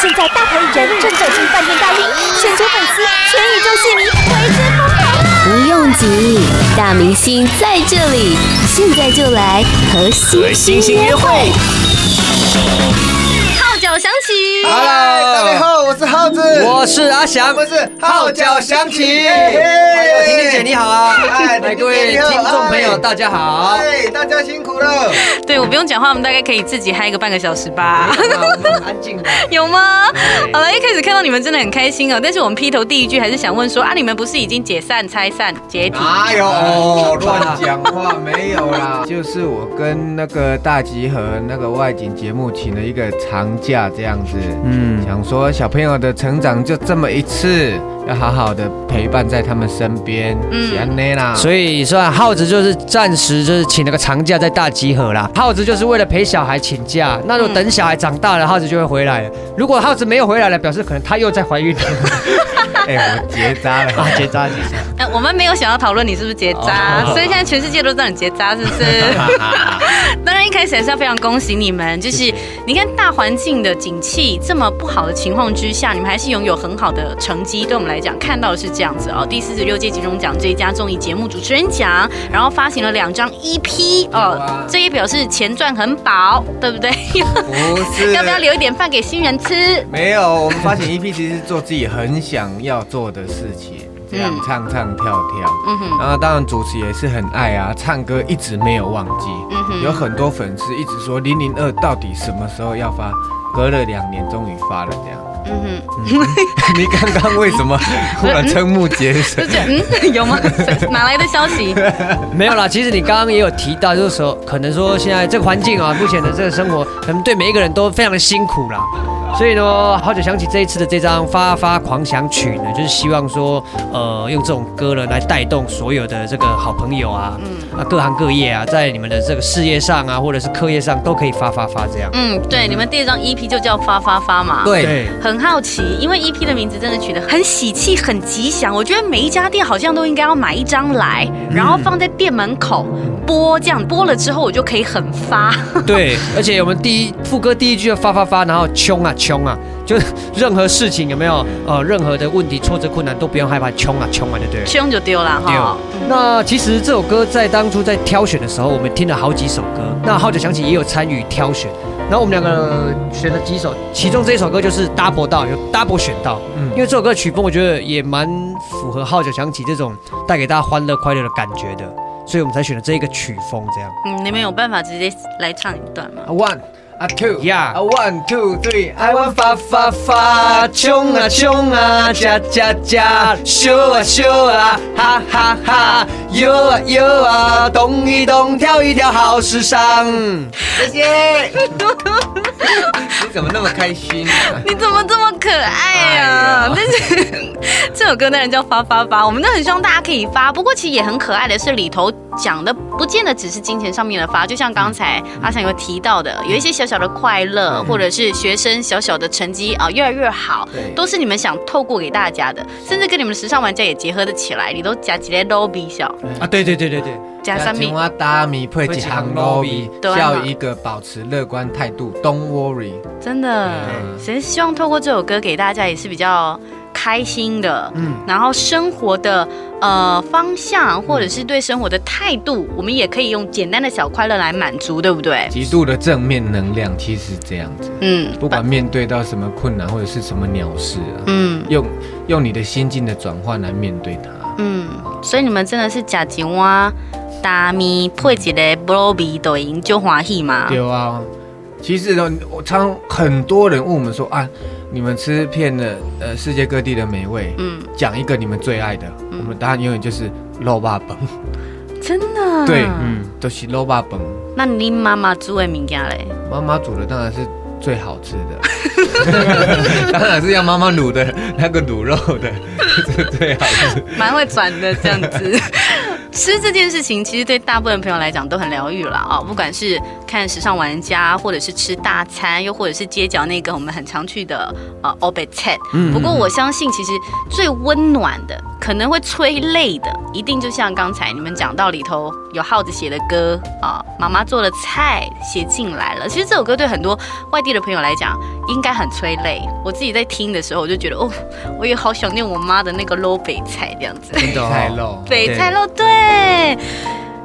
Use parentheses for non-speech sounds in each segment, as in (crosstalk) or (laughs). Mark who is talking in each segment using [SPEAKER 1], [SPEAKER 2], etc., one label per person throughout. [SPEAKER 1] 在大牌人正走进饭店大厅，全球粉丝、全宇宙戏迷为之疯狂。
[SPEAKER 2] 不用急，大明星在这里，现在就来和
[SPEAKER 3] 和
[SPEAKER 2] 星
[SPEAKER 3] 星星约会。
[SPEAKER 2] 号角响起。
[SPEAKER 4] 嗨，大家好，我是耗子，
[SPEAKER 3] 我是阿翔，
[SPEAKER 4] 我是号角响起。
[SPEAKER 3] 哎呦，婷婷姐你好啊！
[SPEAKER 4] 哎
[SPEAKER 3] 哎，各位听众朋友，大家好。
[SPEAKER 4] 哎，大家辛苦了。
[SPEAKER 5] 对，我不用讲话，我们大概可以自己嗨个半个小时吧。
[SPEAKER 3] 安静。
[SPEAKER 5] (laughs) 有吗
[SPEAKER 3] 对？
[SPEAKER 5] 好了，一开始看到你们真的很开心哦，但是我们劈头第一句还是想问说啊，你们不是已经解散、拆散、解
[SPEAKER 3] 啊
[SPEAKER 4] 哪
[SPEAKER 5] 体？
[SPEAKER 4] 有
[SPEAKER 3] 哦
[SPEAKER 4] 哎乱讲话？没有啦。
[SPEAKER 6] 哎 (laughs) 就是我跟那个大集合那个外景节目请了一个长假，这样子，
[SPEAKER 3] 嗯
[SPEAKER 6] 嗯，想说小朋友的成长就这么一次，要好好的陪伴在他们身边，
[SPEAKER 5] 嗯
[SPEAKER 6] 喜安内啦。
[SPEAKER 3] 所以说啊，耗子就是暂时就是请了个长假在大集合啦。耗子就是为了陪小孩请假，那如果等小孩长大了，耗子就会回来了。如果耗子没有回来了，表示可能她又在怀孕了。
[SPEAKER 6] 哎、我结扎了，
[SPEAKER 3] 啊，结扎结扎。
[SPEAKER 5] 呃，我们没有想要讨论你是不是结扎，
[SPEAKER 3] 哦
[SPEAKER 5] 所以现在全世界都知道你结扎，是不是？当然一开始还是要非常恭喜你们，就是你看大环境的景气这么不好的情况之下，你们还是拥有很好的成绩。对我们来讲，看到的是这样子哦，第四十六届金钟奖最佳综艺节目主持人奖，然后发行了两张 EP 哦，这也表示钱赚很饱，对不对？
[SPEAKER 6] 不是
[SPEAKER 5] 要不要留一点饭给新人吃？
[SPEAKER 6] 没有，我们发行 EP 其实是做自己很想要做的事情，这样
[SPEAKER 5] 嗯
[SPEAKER 6] 唱唱跳跳。
[SPEAKER 5] 嗯哼，
[SPEAKER 6] 然后当然主持也是很爱啊，唱歌一直没有忘记，
[SPEAKER 5] 嗯哼
[SPEAKER 6] 有很多粉丝一直说零零二到底什么时候要发，隔了两年终于发了这样。
[SPEAKER 5] 嗯哼。
[SPEAKER 6] (laughs) 你刚刚为什
[SPEAKER 5] (laughs)
[SPEAKER 6] 么忽然瞠目结舌
[SPEAKER 5] 就？觉得嗯，有吗？ (laughs) 哪来的消息？
[SPEAKER 3] 没有啦，其实你刚刚也有提到，就是说，可能说现在这个环境啊，目前的这个生活，可能对每一个人都非常的辛苦啦。所以呢，好久想起这一次的这张《发发狂想曲》呢，就是希望说，呃，用这种歌呢来带动所有的这个好朋友啊，啊，各行各业啊，在你们的这个事业上啊，或者是课业上，都可以发发发这样。
[SPEAKER 5] 嗯，对，你们第二张 EP 就叫发发发嘛。。
[SPEAKER 6] 对，
[SPEAKER 3] 对，
[SPEAKER 5] 很好奇，因为 EP 的名字真的取得很喜气、很吉祥，我觉得每一家店好像都应该要买一张来，然后放在店门口播，这样播了之后我就可以很发。 (laughs)
[SPEAKER 3] 对，而且我们第一副歌第一句就发发发，然后穷啊穷啊，就是任何事情有没有呃，任何的问题、挫折、困难都不用害怕，穷啊穷啊就对了。
[SPEAKER 5] 凶就丢了哈。
[SPEAKER 3] 那其实这首歌在当初在挑选的时候，我们听了好几首歌，那浩久想起也有参与挑选。然后我们两个选了几首，其中这一首歌就是 double 到有 double 选到，
[SPEAKER 6] 嗯
[SPEAKER 3] 因为这首歌曲风我觉得也蛮符合浩久想起这种带给大家欢乐快乐的感觉的，所以我们才选了这一个曲风这样。
[SPEAKER 5] 嗯，你们有办法直接来唱一段吗？
[SPEAKER 6] A one, a two,
[SPEAKER 3] Yeah.
[SPEAKER 6] a one, two, three, I
[SPEAKER 3] 台湾
[SPEAKER 6] want
[SPEAKER 3] 发发发，冲啊冲啊，加加加，咻啊咻啊，哈哈哈，游啊游啊，动一动，跳一跳，好时尚。
[SPEAKER 4] 谢谢。
[SPEAKER 6] 你怎么那么开心啊？
[SPEAKER 5] 你怎么这么可爱呀、
[SPEAKER 6] 哎呀
[SPEAKER 5] 但是 (laughs) 这首歌当然叫发发发，我们都很希望大家可以发。不过其实也很可爱的是，里头讲的不见得只是金钱上面的发，就像刚才阿翔有提到的，有一些小小的快乐，
[SPEAKER 6] 嗯
[SPEAKER 5] 或者是学生小小的成绩啊、越来越好
[SPEAKER 6] 对，
[SPEAKER 5] 都是你们想透过给大家的，甚至跟你们时尚玩家也结合的起来。你都加几类 low 比小，
[SPEAKER 3] 啊，对对对对对，
[SPEAKER 5] 加三米
[SPEAKER 6] 青。蛙大米配几行糯米，
[SPEAKER 5] 对啊
[SPEAKER 6] 笑一个，保持乐观态度，Don't worry。
[SPEAKER 5] 真的，其实希望透过这首歌给大家也是比较开心的，嗯，然后生活的呃方向或者是对生活的态度，我们也可以用简单的小快乐来满足，对不对？
[SPEAKER 6] 极度的正面能量其实是这样子，
[SPEAKER 5] 嗯
[SPEAKER 6] 不管面对到什么困难或者是什么鸟事啊，
[SPEAKER 5] 嗯
[SPEAKER 6] 用用你的心境的转换来面对它。
[SPEAKER 5] 嗯，所以你们真的是假金蛙。大米配一个 blow 鼻抖音就欢喜嘛，
[SPEAKER 6] 有啊，其实呢，我常很多人问我们说啊，你们吃遍了呃世界各地的美味，
[SPEAKER 5] 嗯，
[SPEAKER 6] 讲一个你们最爱的，我们答案永远就是肉霸本，
[SPEAKER 5] 嗯真的。
[SPEAKER 6] 对，嗯，都是肉霸本，
[SPEAKER 5] 那你妈妈煮的物件嘞？
[SPEAKER 6] 妈妈煮的当然是。最好吃的， (laughs) 当然是要妈妈卤的那个卤肉的，是最好吃。
[SPEAKER 5] (laughs) 蛮会转的这样子。 (laughs) 吃这件事情，其实对大部分朋友来讲都很疗愈了啊、不管是看时尚玩家，或者是吃大餐，又或者是街角那个我们很常去的呃 o b e t e 不过我相信，其实最温暖的，可能会催泪的，一定就像刚才你们讲到里头有耗子写的歌啊，妈妈做的菜写进来了。其实这首歌对很多外地的朋友来讲，应该很催泪。我自己在听的时候，我就觉得哦，我也好想念我妈的那个捞北菜这样子。
[SPEAKER 3] 真的
[SPEAKER 6] 菜
[SPEAKER 3] 哦。
[SPEAKER 5] (laughs)
[SPEAKER 6] 肉，
[SPEAKER 5] 北菜肉对。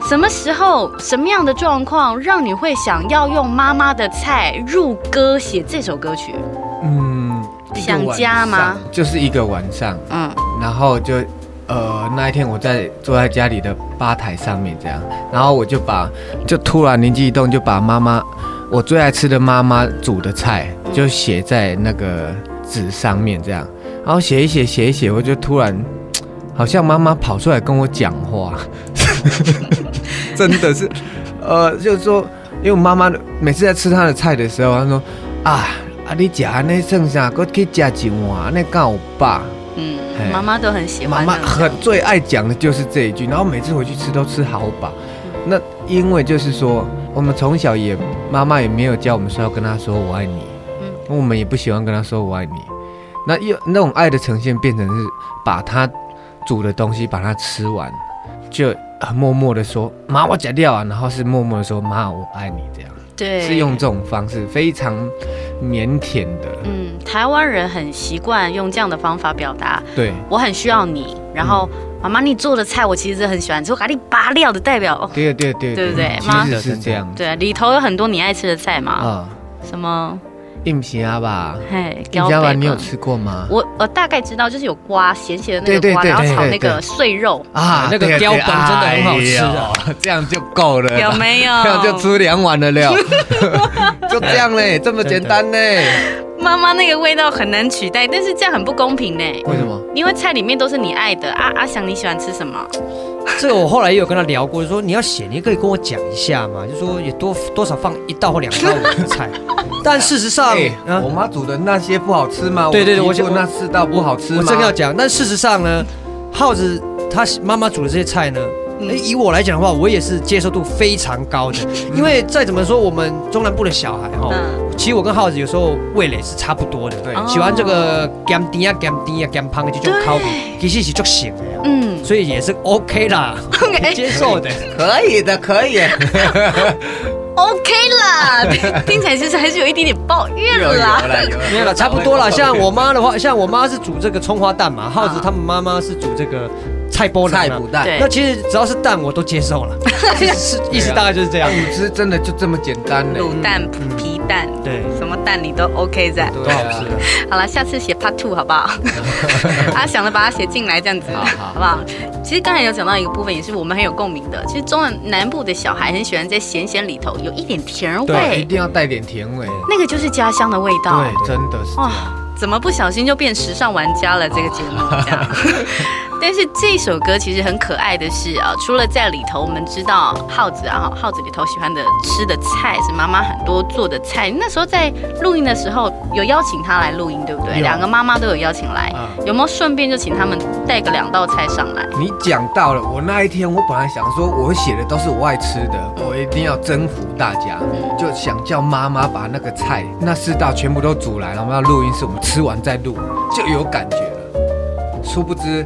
[SPEAKER 5] 什么时候、什么样的状况让你会想要用妈妈的菜入歌写这首歌曲？
[SPEAKER 6] 嗯，一个晚
[SPEAKER 5] 想家吗
[SPEAKER 6] 上？就是一个晚上，
[SPEAKER 5] 嗯，
[SPEAKER 6] 然后就，呃，那一天我在坐在家里的吧台上面这样，然后我就把，就突然灵机一动，就把妈妈我最爱吃的妈妈煮的菜，就写在那个纸上面这样，然后写一写写一写，我就突然，好像妈妈跑出来跟我讲话，真的是，呃，就是说，因为我妈妈每次在吃她的菜的时候，她说啊。啊！你食安尼剩下，搁去食一碗，安尼敢有饱？
[SPEAKER 5] 嗯
[SPEAKER 6] 嘿，
[SPEAKER 5] 妈妈都很喜
[SPEAKER 6] 妈
[SPEAKER 5] 欢啊
[SPEAKER 6] 妈
[SPEAKER 5] 那种。
[SPEAKER 6] 很最爱讲的就是这一句，然后每次回去吃都吃好饱。
[SPEAKER 5] 嗯
[SPEAKER 6] 那因为就是说，我们从小也妈妈也没有教我们说要跟她说我爱你，
[SPEAKER 5] 嗯
[SPEAKER 6] 我们也不喜欢跟她说我爱你。那又那种爱的呈现变成是把她煮的东西把它吃完，就很默默的说妈我假掉啊，然后是默默的说妈我爱你这样，
[SPEAKER 5] 对，
[SPEAKER 6] 是用这种方式非常腼腆的，
[SPEAKER 5] 嗯，台湾人很习惯用这样的方法表达，
[SPEAKER 6] 对
[SPEAKER 5] 我很需要你，然后
[SPEAKER 6] 嗯
[SPEAKER 5] 妈妈你做的菜我其实很喜欢，就咖喱拔料的代表哦，
[SPEAKER 6] 对对对嗯
[SPEAKER 5] 对不对妈
[SPEAKER 6] 其实是这样
[SPEAKER 5] 对啊，里头有很多你爱吃的菜嘛，
[SPEAKER 6] 啊，
[SPEAKER 5] 什么
[SPEAKER 6] 硬皮啊吧。
[SPEAKER 5] 嘿，
[SPEAKER 6] 你家
[SPEAKER 5] 贝
[SPEAKER 6] 丸你有吃过吗？
[SPEAKER 5] 我我大概知道，就是有瓜，咸咸的那个
[SPEAKER 6] 对对
[SPEAKER 5] 瓜，
[SPEAKER 6] 对
[SPEAKER 5] 然后
[SPEAKER 6] 对
[SPEAKER 5] 炒
[SPEAKER 6] 对
[SPEAKER 5] 那个
[SPEAKER 6] 对
[SPEAKER 5] 碎肉，
[SPEAKER 6] 啊
[SPEAKER 3] 那个
[SPEAKER 6] 对对
[SPEAKER 3] 标本真的很好吃啊
[SPEAKER 6] 哎呦这样就够了
[SPEAKER 5] (laughs) (laughs)
[SPEAKER 6] 啦，
[SPEAKER 5] 有没有？
[SPEAKER 6] (laughs) 这样就吃两碗的料，就这样嘞，这么简单嘞？
[SPEAKER 5] (laughs) 妈妈那个味道很难取代，但是这样很不公平呢，
[SPEAKER 6] 为什么？
[SPEAKER 5] 因为菜里面都是你爱的啊。阿翔你喜欢吃什么？
[SPEAKER 3] 这个我后来也有跟他聊过，就说你要写，你可以跟我讲一下嘛，就说也多多少放一道或两道我的
[SPEAKER 6] (laughs)
[SPEAKER 3] 菜。但事实上，
[SPEAKER 6] 哎，
[SPEAKER 3] 啊
[SPEAKER 6] 我妈煮的那些不好吃吗？
[SPEAKER 3] 对对对
[SPEAKER 6] 我提
[SPEAKER 3] 我
[SPEAKER 6] 过那四道不好吃吗？
[SPEAKER 3] 我正要讲，但事实上呢，耗子他妈妈煮的这些菜呢，
[SPEAKER 6] 嗯
[SPEAKER 3] 诶以我来讲的话，我也是接受度非常高的，
[SPEAKER 6] 嗯
[SPEAKER 3] 因为再怎么说，我们中南部的小孩哈，
[SPEAKER 5] 嗯
[SPEAKER 3] 其实我跟耗子有时候味蕾是差不多的，
[SPEAKER 6] 对
[SPEAKER 5] 哦
[SPEAKER 3] 喜欢这个甘甜啊、甘甜啊、甘胖的这种口味，其实是就行的呀，
[SPEAKER 5] 嗯，
[SPEAKER 3] 所以也是 OK 啦，
[SPEAKER 5] 哎
[SPEAKER 3] 接受 (laughs) 的。
[SPEAKER 6] 可以的，可以，
[SPEAKER 5] OK 啦，听 (laughs) 听起来其实还是有一点点抱怨
[SPEAKER 6] 有有
[SPEAKER 5] 啦。
[SPEAKER 6] 啦有
[SPEAKER 3] 没有了，差不多了。
[SPEAKER 6] (laughs)
[SPEAKER 3] 像我妈的话，像我妈是煮这个葱花蛋嘛，耗子他们妈妈是煮这个菜波
[SPEAKER 6] 菜
[SPEAKER 3] 兰嘛
[SPEAKER 6] 脯。蛋，
[SPEAKER 5] 对
[SPEAKER 3] 那其实只要是蛋，我都接受 (laughs) 了，是是意思大概就是这样。
[SPEAKER 6] 卤汁真的就这么简单嘞，
[SPEAKER 5] 卤蛋、皮蛋，
[SPEAKER 3] 对啊
[SPEAKER 5] 什么蛋你都 OK 在。
[SPEAKER 6] 对
[SPEAKER 3] 多好
[SPEAKER 6] 啊
[SPEAKER 3] 吃啊！
[SPEAKER 5] 好了，下次写 Part Two 好不
[SPEAKER 6] (laughs)
[SPEAKER 5] 好？阿翔的把它写进来，这样子
[SPEAKER 6] 好好
[SPEAKER 5] 不好？其实刚才有讲到一个部分，也是我们很有共鸣的。其实中南部的小孩很喜欢在咸咸里头有一点甜
[SPEAKER 6] 对，啊一
[SPEAKER 5] 味，
[SPEAKER 6] 定要带点甜味，
[SPEAKER 5] 那个就是家乡的味道。
[SPEAKER 6] 对，真的是这
[SPEAKER 5] 哇
[SPEAKER 6] 样。，
[SPEAKER 5] 怎么不小心就变时尚玩家了？这个节目这样。 (laughs) 但是这首歌其实很可爱的是啊，除了在里头我们知道耗子啊，耗子里头喜欢的吃的菜是妈妈很多做的菜。那时候在录音的时候有邀请他来录音，对不对？
[SPEAKER 3] 有
[SPEAKER 5] 两个妈妈都有邀请来，
[SPEAKER 6] 嗯
[SPEAKER 5] 有没有顺便就请他们带个两道菜上来？
[SPEAKER 6] 你讲到了，我那一天我本来想说，我写的都是我爱吃的，我一定要征服大家，就想叫妈妈把那个菜那四道全部都煮来，然后要录音室我们吃完再录，就有感觉了。殊不知，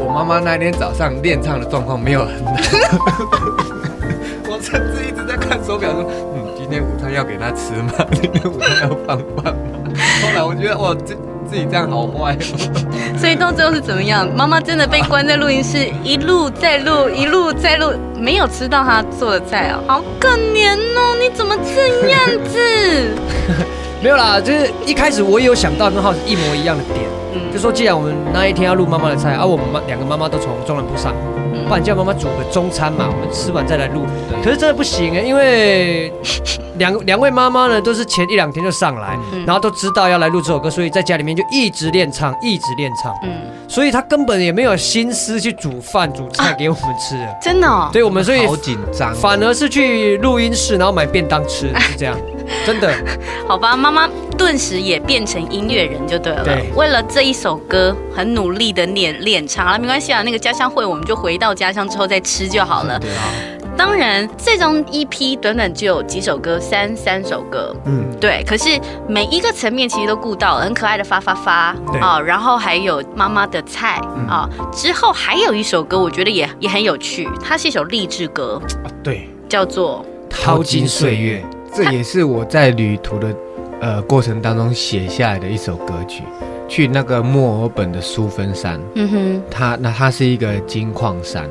[SPEAKER 6] 我妈妈那天早上练唱的状况没有很好，我甚至一直在看手表说，嗯，今天午餐要给她吃吗？ (laughs) 今天午餐要放饭吗？后来我觉得，哇，自自己这样好坏、哦。
[SPEAKER 5] 所以到最后是怎么样？妈妈真的被关在录音室，一路再录，一路再录，没有吃到她做的菜哦，好可怜哦！你怎么这样 (laughs) 子？
[SPEAKER 3] 没有啦，就是一开始我也有想到跟浩子一模一样的点，
[SPEAKER 5] 嗯
[SPEAKER 3] 就说既然我们那一天要录妈妈的菜，而、啊、我们妈两个妈妈都从中南部上，
[SPEAKER 5] 嗯
[SPEAKER 3] 不然叫妈妈煮个中餐嘛，我们吃完再来录。可是真的不行哎、因为两 (laughs) 两位妈妈呢都是前一两天就上来，然后都知道要来录这首歌，所以在家里面就一直练唱，一直练唱，
[SPEAKER 5] 嗯，
[SPEAKER 3] 所以她根本也没有心思去煮饭煮菜给我们吃了。
[SPEAKER 5] 真的、哦，
[SPEAKER 3] 对我们所以
[SPEAKER 6] 好紧张哦，
[SPEAKER 3] 反而是去录音室，然后买便当吃，是这样，真的。
[SPEAKER 5] 好吧，妈妈顿时也变成音乐人就对了。
[SPEAKER 3] 对
[SPEAKER 5] 为了这一首歌，很努力的练练唱啊，没关系啊，那个家乡会我们就回到家乡之后再吃就好了。
[SPEAKER 6] 对啊，
[SPEAKER 5] 当然，这张 EP 短短只有几首歌，三三首歌，
[SPEAKER 6] 嗯，
[SPEAKER 5] 对。可是每一个层面其实都顾到了，很可爱的发发发
[SPEAKER 3] 对
[SPEAKER 5] 啊、然后还有妈妈的菜啊、之后还有一首歌，我觉得也也很有趣，它是一首励志歌，
[SPEAKER 6] 对，
[SPEAKER 5] 叫做
[SPEAKER 3] 淘金岁月，
[SPEAKER 6] 这也是我在旅途的呃过程当中写下来的一首歌曲。去那个墨尔本的苏芬山，
[SPEAKER 5] 嗯哼，
[SPEAKER 6] 它那它是一个金矿山。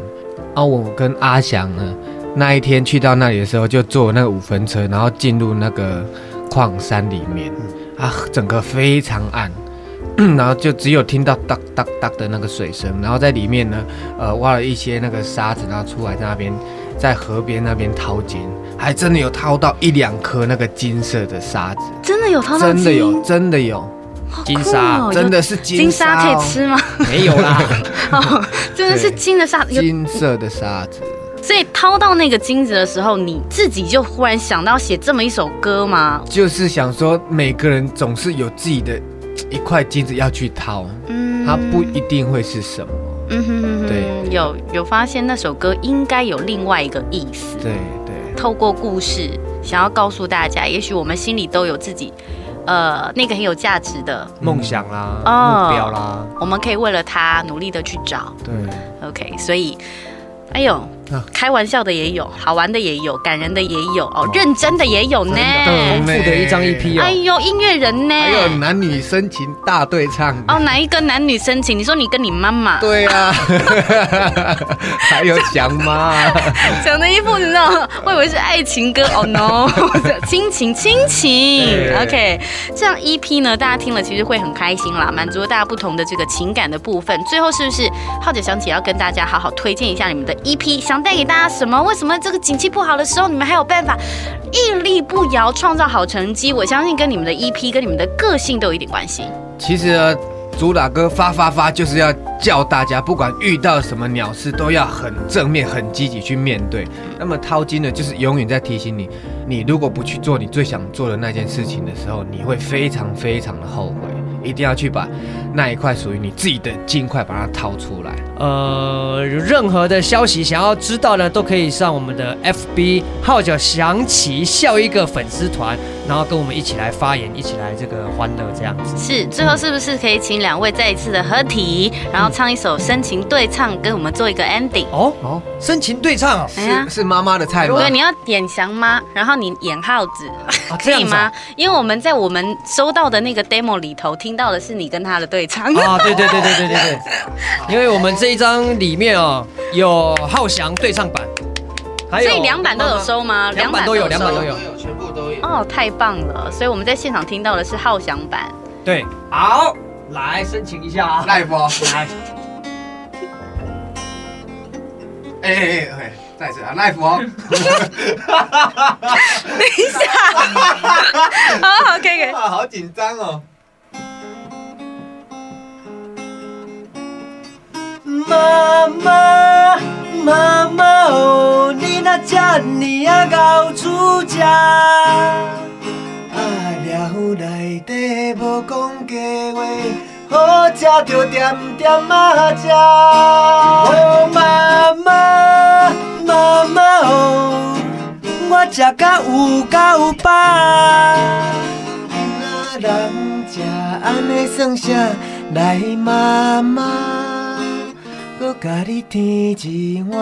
[SPEAKER 6] 啊，我跟阿翔呢，那一天去到那里的时候，就坐那个五分车，然后进入那个矿山里面，啊，整个非常暗。然后就只有听到哒哒哒的那个水声，然后在里面呢，呃，挖了一些那个沙子，然后出来在那边，在河边那边淘金，还真的有掏到一两颗那个金色的沙子，
[SPEAKER 5] 真的有掏到
[SPEAKER 6] 真的有，
[SPEAKER 5] 金
[SPEAKER 6] 真的有，
[SPEAKER 5] 好
[SPEAKER 3] 金
[SPEAKER 5] 酷
[SPEAKER 3] 沙
[SPEAKER 5] 哦
[SPEAKER 6] 真
[SPEAKER 5] 有
[SPEAKER 6] 的是金
[SPEAKER 5] 金
[SPEAKER 6] 沙、
[SPEAKER 5] 沙
[SPEAKER 6] 哦，
[SPEAKER 5] 可以吃吗？
[SPEAKER 3] 没有啦，
[SPEAKER 5] 真的是
[SPEAKER 6] 对
[SPEAKER 5] 金的沙，有
[SPEAKER 6] 金色的沙子。
[SPEAKER 5] 所以掏到那个金子的时候，你自己就忽然想到写这么一首歌吗？
[SPEAKER 6] 就是想说，每个人总是有自己的一块金子要去掏，
[SPEAKER 5] 嗯
[SPEAKER 6] 它不一定会是什么。
[SPEAKER 5] 嗯哼哼哼
[SPEAKER 6] 对
[SPEAKER 5] 有有发现那首歌应该有另外一个意思，
[SPEAKER 6] 对对，
[SPEAKER 5] 透过故事想要告诉大家，也许我们心里都有自己，呃，那个很有价值的，
[SPEAKER 3] 梦想啦，
[SPEAKER 5] 哦
[SPEAKER 3] 目标啦，
[SPEAKER 5] 我们可以为了它努力的去找。
[SPEAKER 6] 对，
[SPEAKER 5] OK，所以，哎呦。
[SPEAKER 6] 啊
[SPEAKER 5] 开玩笑的也有，好玩的也有，感人的也有，哦，认真的也有呢。
[SPEAKER 3] 丰富的一张 EP
[SPEAKER 5] 哎
[SPEAKER 3] 哦。
[SPEAKER 5] 呦，音乐人呢？
[SPEAKER 6] 还有男女深情大对唱。
[SPEAKER 5] 哦，哪一个男女深情？你说你跟你妈妈
[SPEAKER 6] 对啊， (laughs) 还有翔妈，
[SPEAKER 5] 讲的一副，你知道，我以为是爱情歌哦、no，亲情亲情
[SPEAKER 6] 对
[SPEAKER 5] ，OK，这样 EP 呢，大家听了其实会很开心啦，满足了大家不同的这个情感的部分。最后是不是浩姐想起要跟大家好好推荐一下你们的 EP，想带给大家什么？为什么这个景气不好的时候，你们还有办法屹立不摇，创造好成绩？我相信跟你们的 EP 跟你们的个性都有一点关系。
[SPEAKER 6] 其实呢，主打歌发发发就是要叫大家，不管遇到什么鸟事，都要很正面、很积极去面对。那么掏金呢，就是永远在提醒你，你如果不去做你最想做的那件事情的时候，你会非常非常的后悔。一定要去把那一块属于你自己的金块把它掏出来。
[SPEAKER 3] 呃，有任何的消息想要知道呢，都可以上我们的 FB 号角响起笑一个粉丝团，然后跟我们一起来发言，一起来这个欢乐这样子。
[SPEAKER 5] 是，最后是不是可以请两位再一次的合体，然后唱一首深情对唱，跟我们做一个 ending？
[SPEAKER 3] 哦，
[SPEAKER 6] 哦，
[SPEAKER 3] 深情对唱哦，
[SPEAKER 5] 哎呀
[SPEAKER 6] 是是妈妈的菜
[SPEAKER 5] 如
[SPEAKER 6] 吗
[SPEAKER 5] 果？你要演翔妈，然后你演耗
[SPEAKER 3] (laughs)
[SPEAKER 5] 子，
[SPEAKER 3] 啊
[SPEAKER 5] 可
[SPEAKER 3] 这
[SPEAKER 5] 以
[SPEAKER 3] 样子
[SPEAKER 5] 吗
[SPEAKER 3] 啊？
[SPEAKER 5] 因为我们在我们收到的那个 demo 里头听到的是你跟他的对唱。 (laughs)
[SPEAKER 3] 啊，对对对对对对对，因为我们这一张里面哦，有浩翔对唱版，还有嗯
[SPEAKER 5] 所以两版都有收吗？
[SPEAKER 3] 两版都有，两版都
[SPEAKER 5] 收
[SPEAKER 3] 有，
[SPEAKER 4] 全部都有。
[SPEAKER 5] 哦，太棒了！所以我们在现场听到的是浩翔
[SPEAKER 3] (laughs)
[SPEAKER 5] 版。
[SPEAKER 3] 对，好，来申请一下啊，
[SPEAKER 6] 赖不？
[SPEAKER 3] 来，
[SPEAKER 6] 哎哎哎，再一次啊，赖不哦。
[SPEAKER 5] 好
[SPEAKER 3] 哦
[SPEAKER 5] 好，可以可 (laughs) 以。
[SPEAKER 4] 哇，好紧张哦！
[SPEAKER 7] 妈妈，妈妈哦，你若这呢啊贤煮食，啊了内底无讲假话，好食就点点啊食。哦，妈妈，妈妈哦，我食甲有够饱，哪人食安尼算啥？来妈妈，搁甲你添一碗。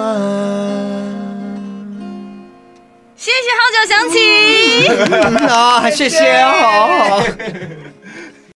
[SPEAKER 5] 谢谢号角响起。
[SPEAKER 3] 啊，谢谢，好好。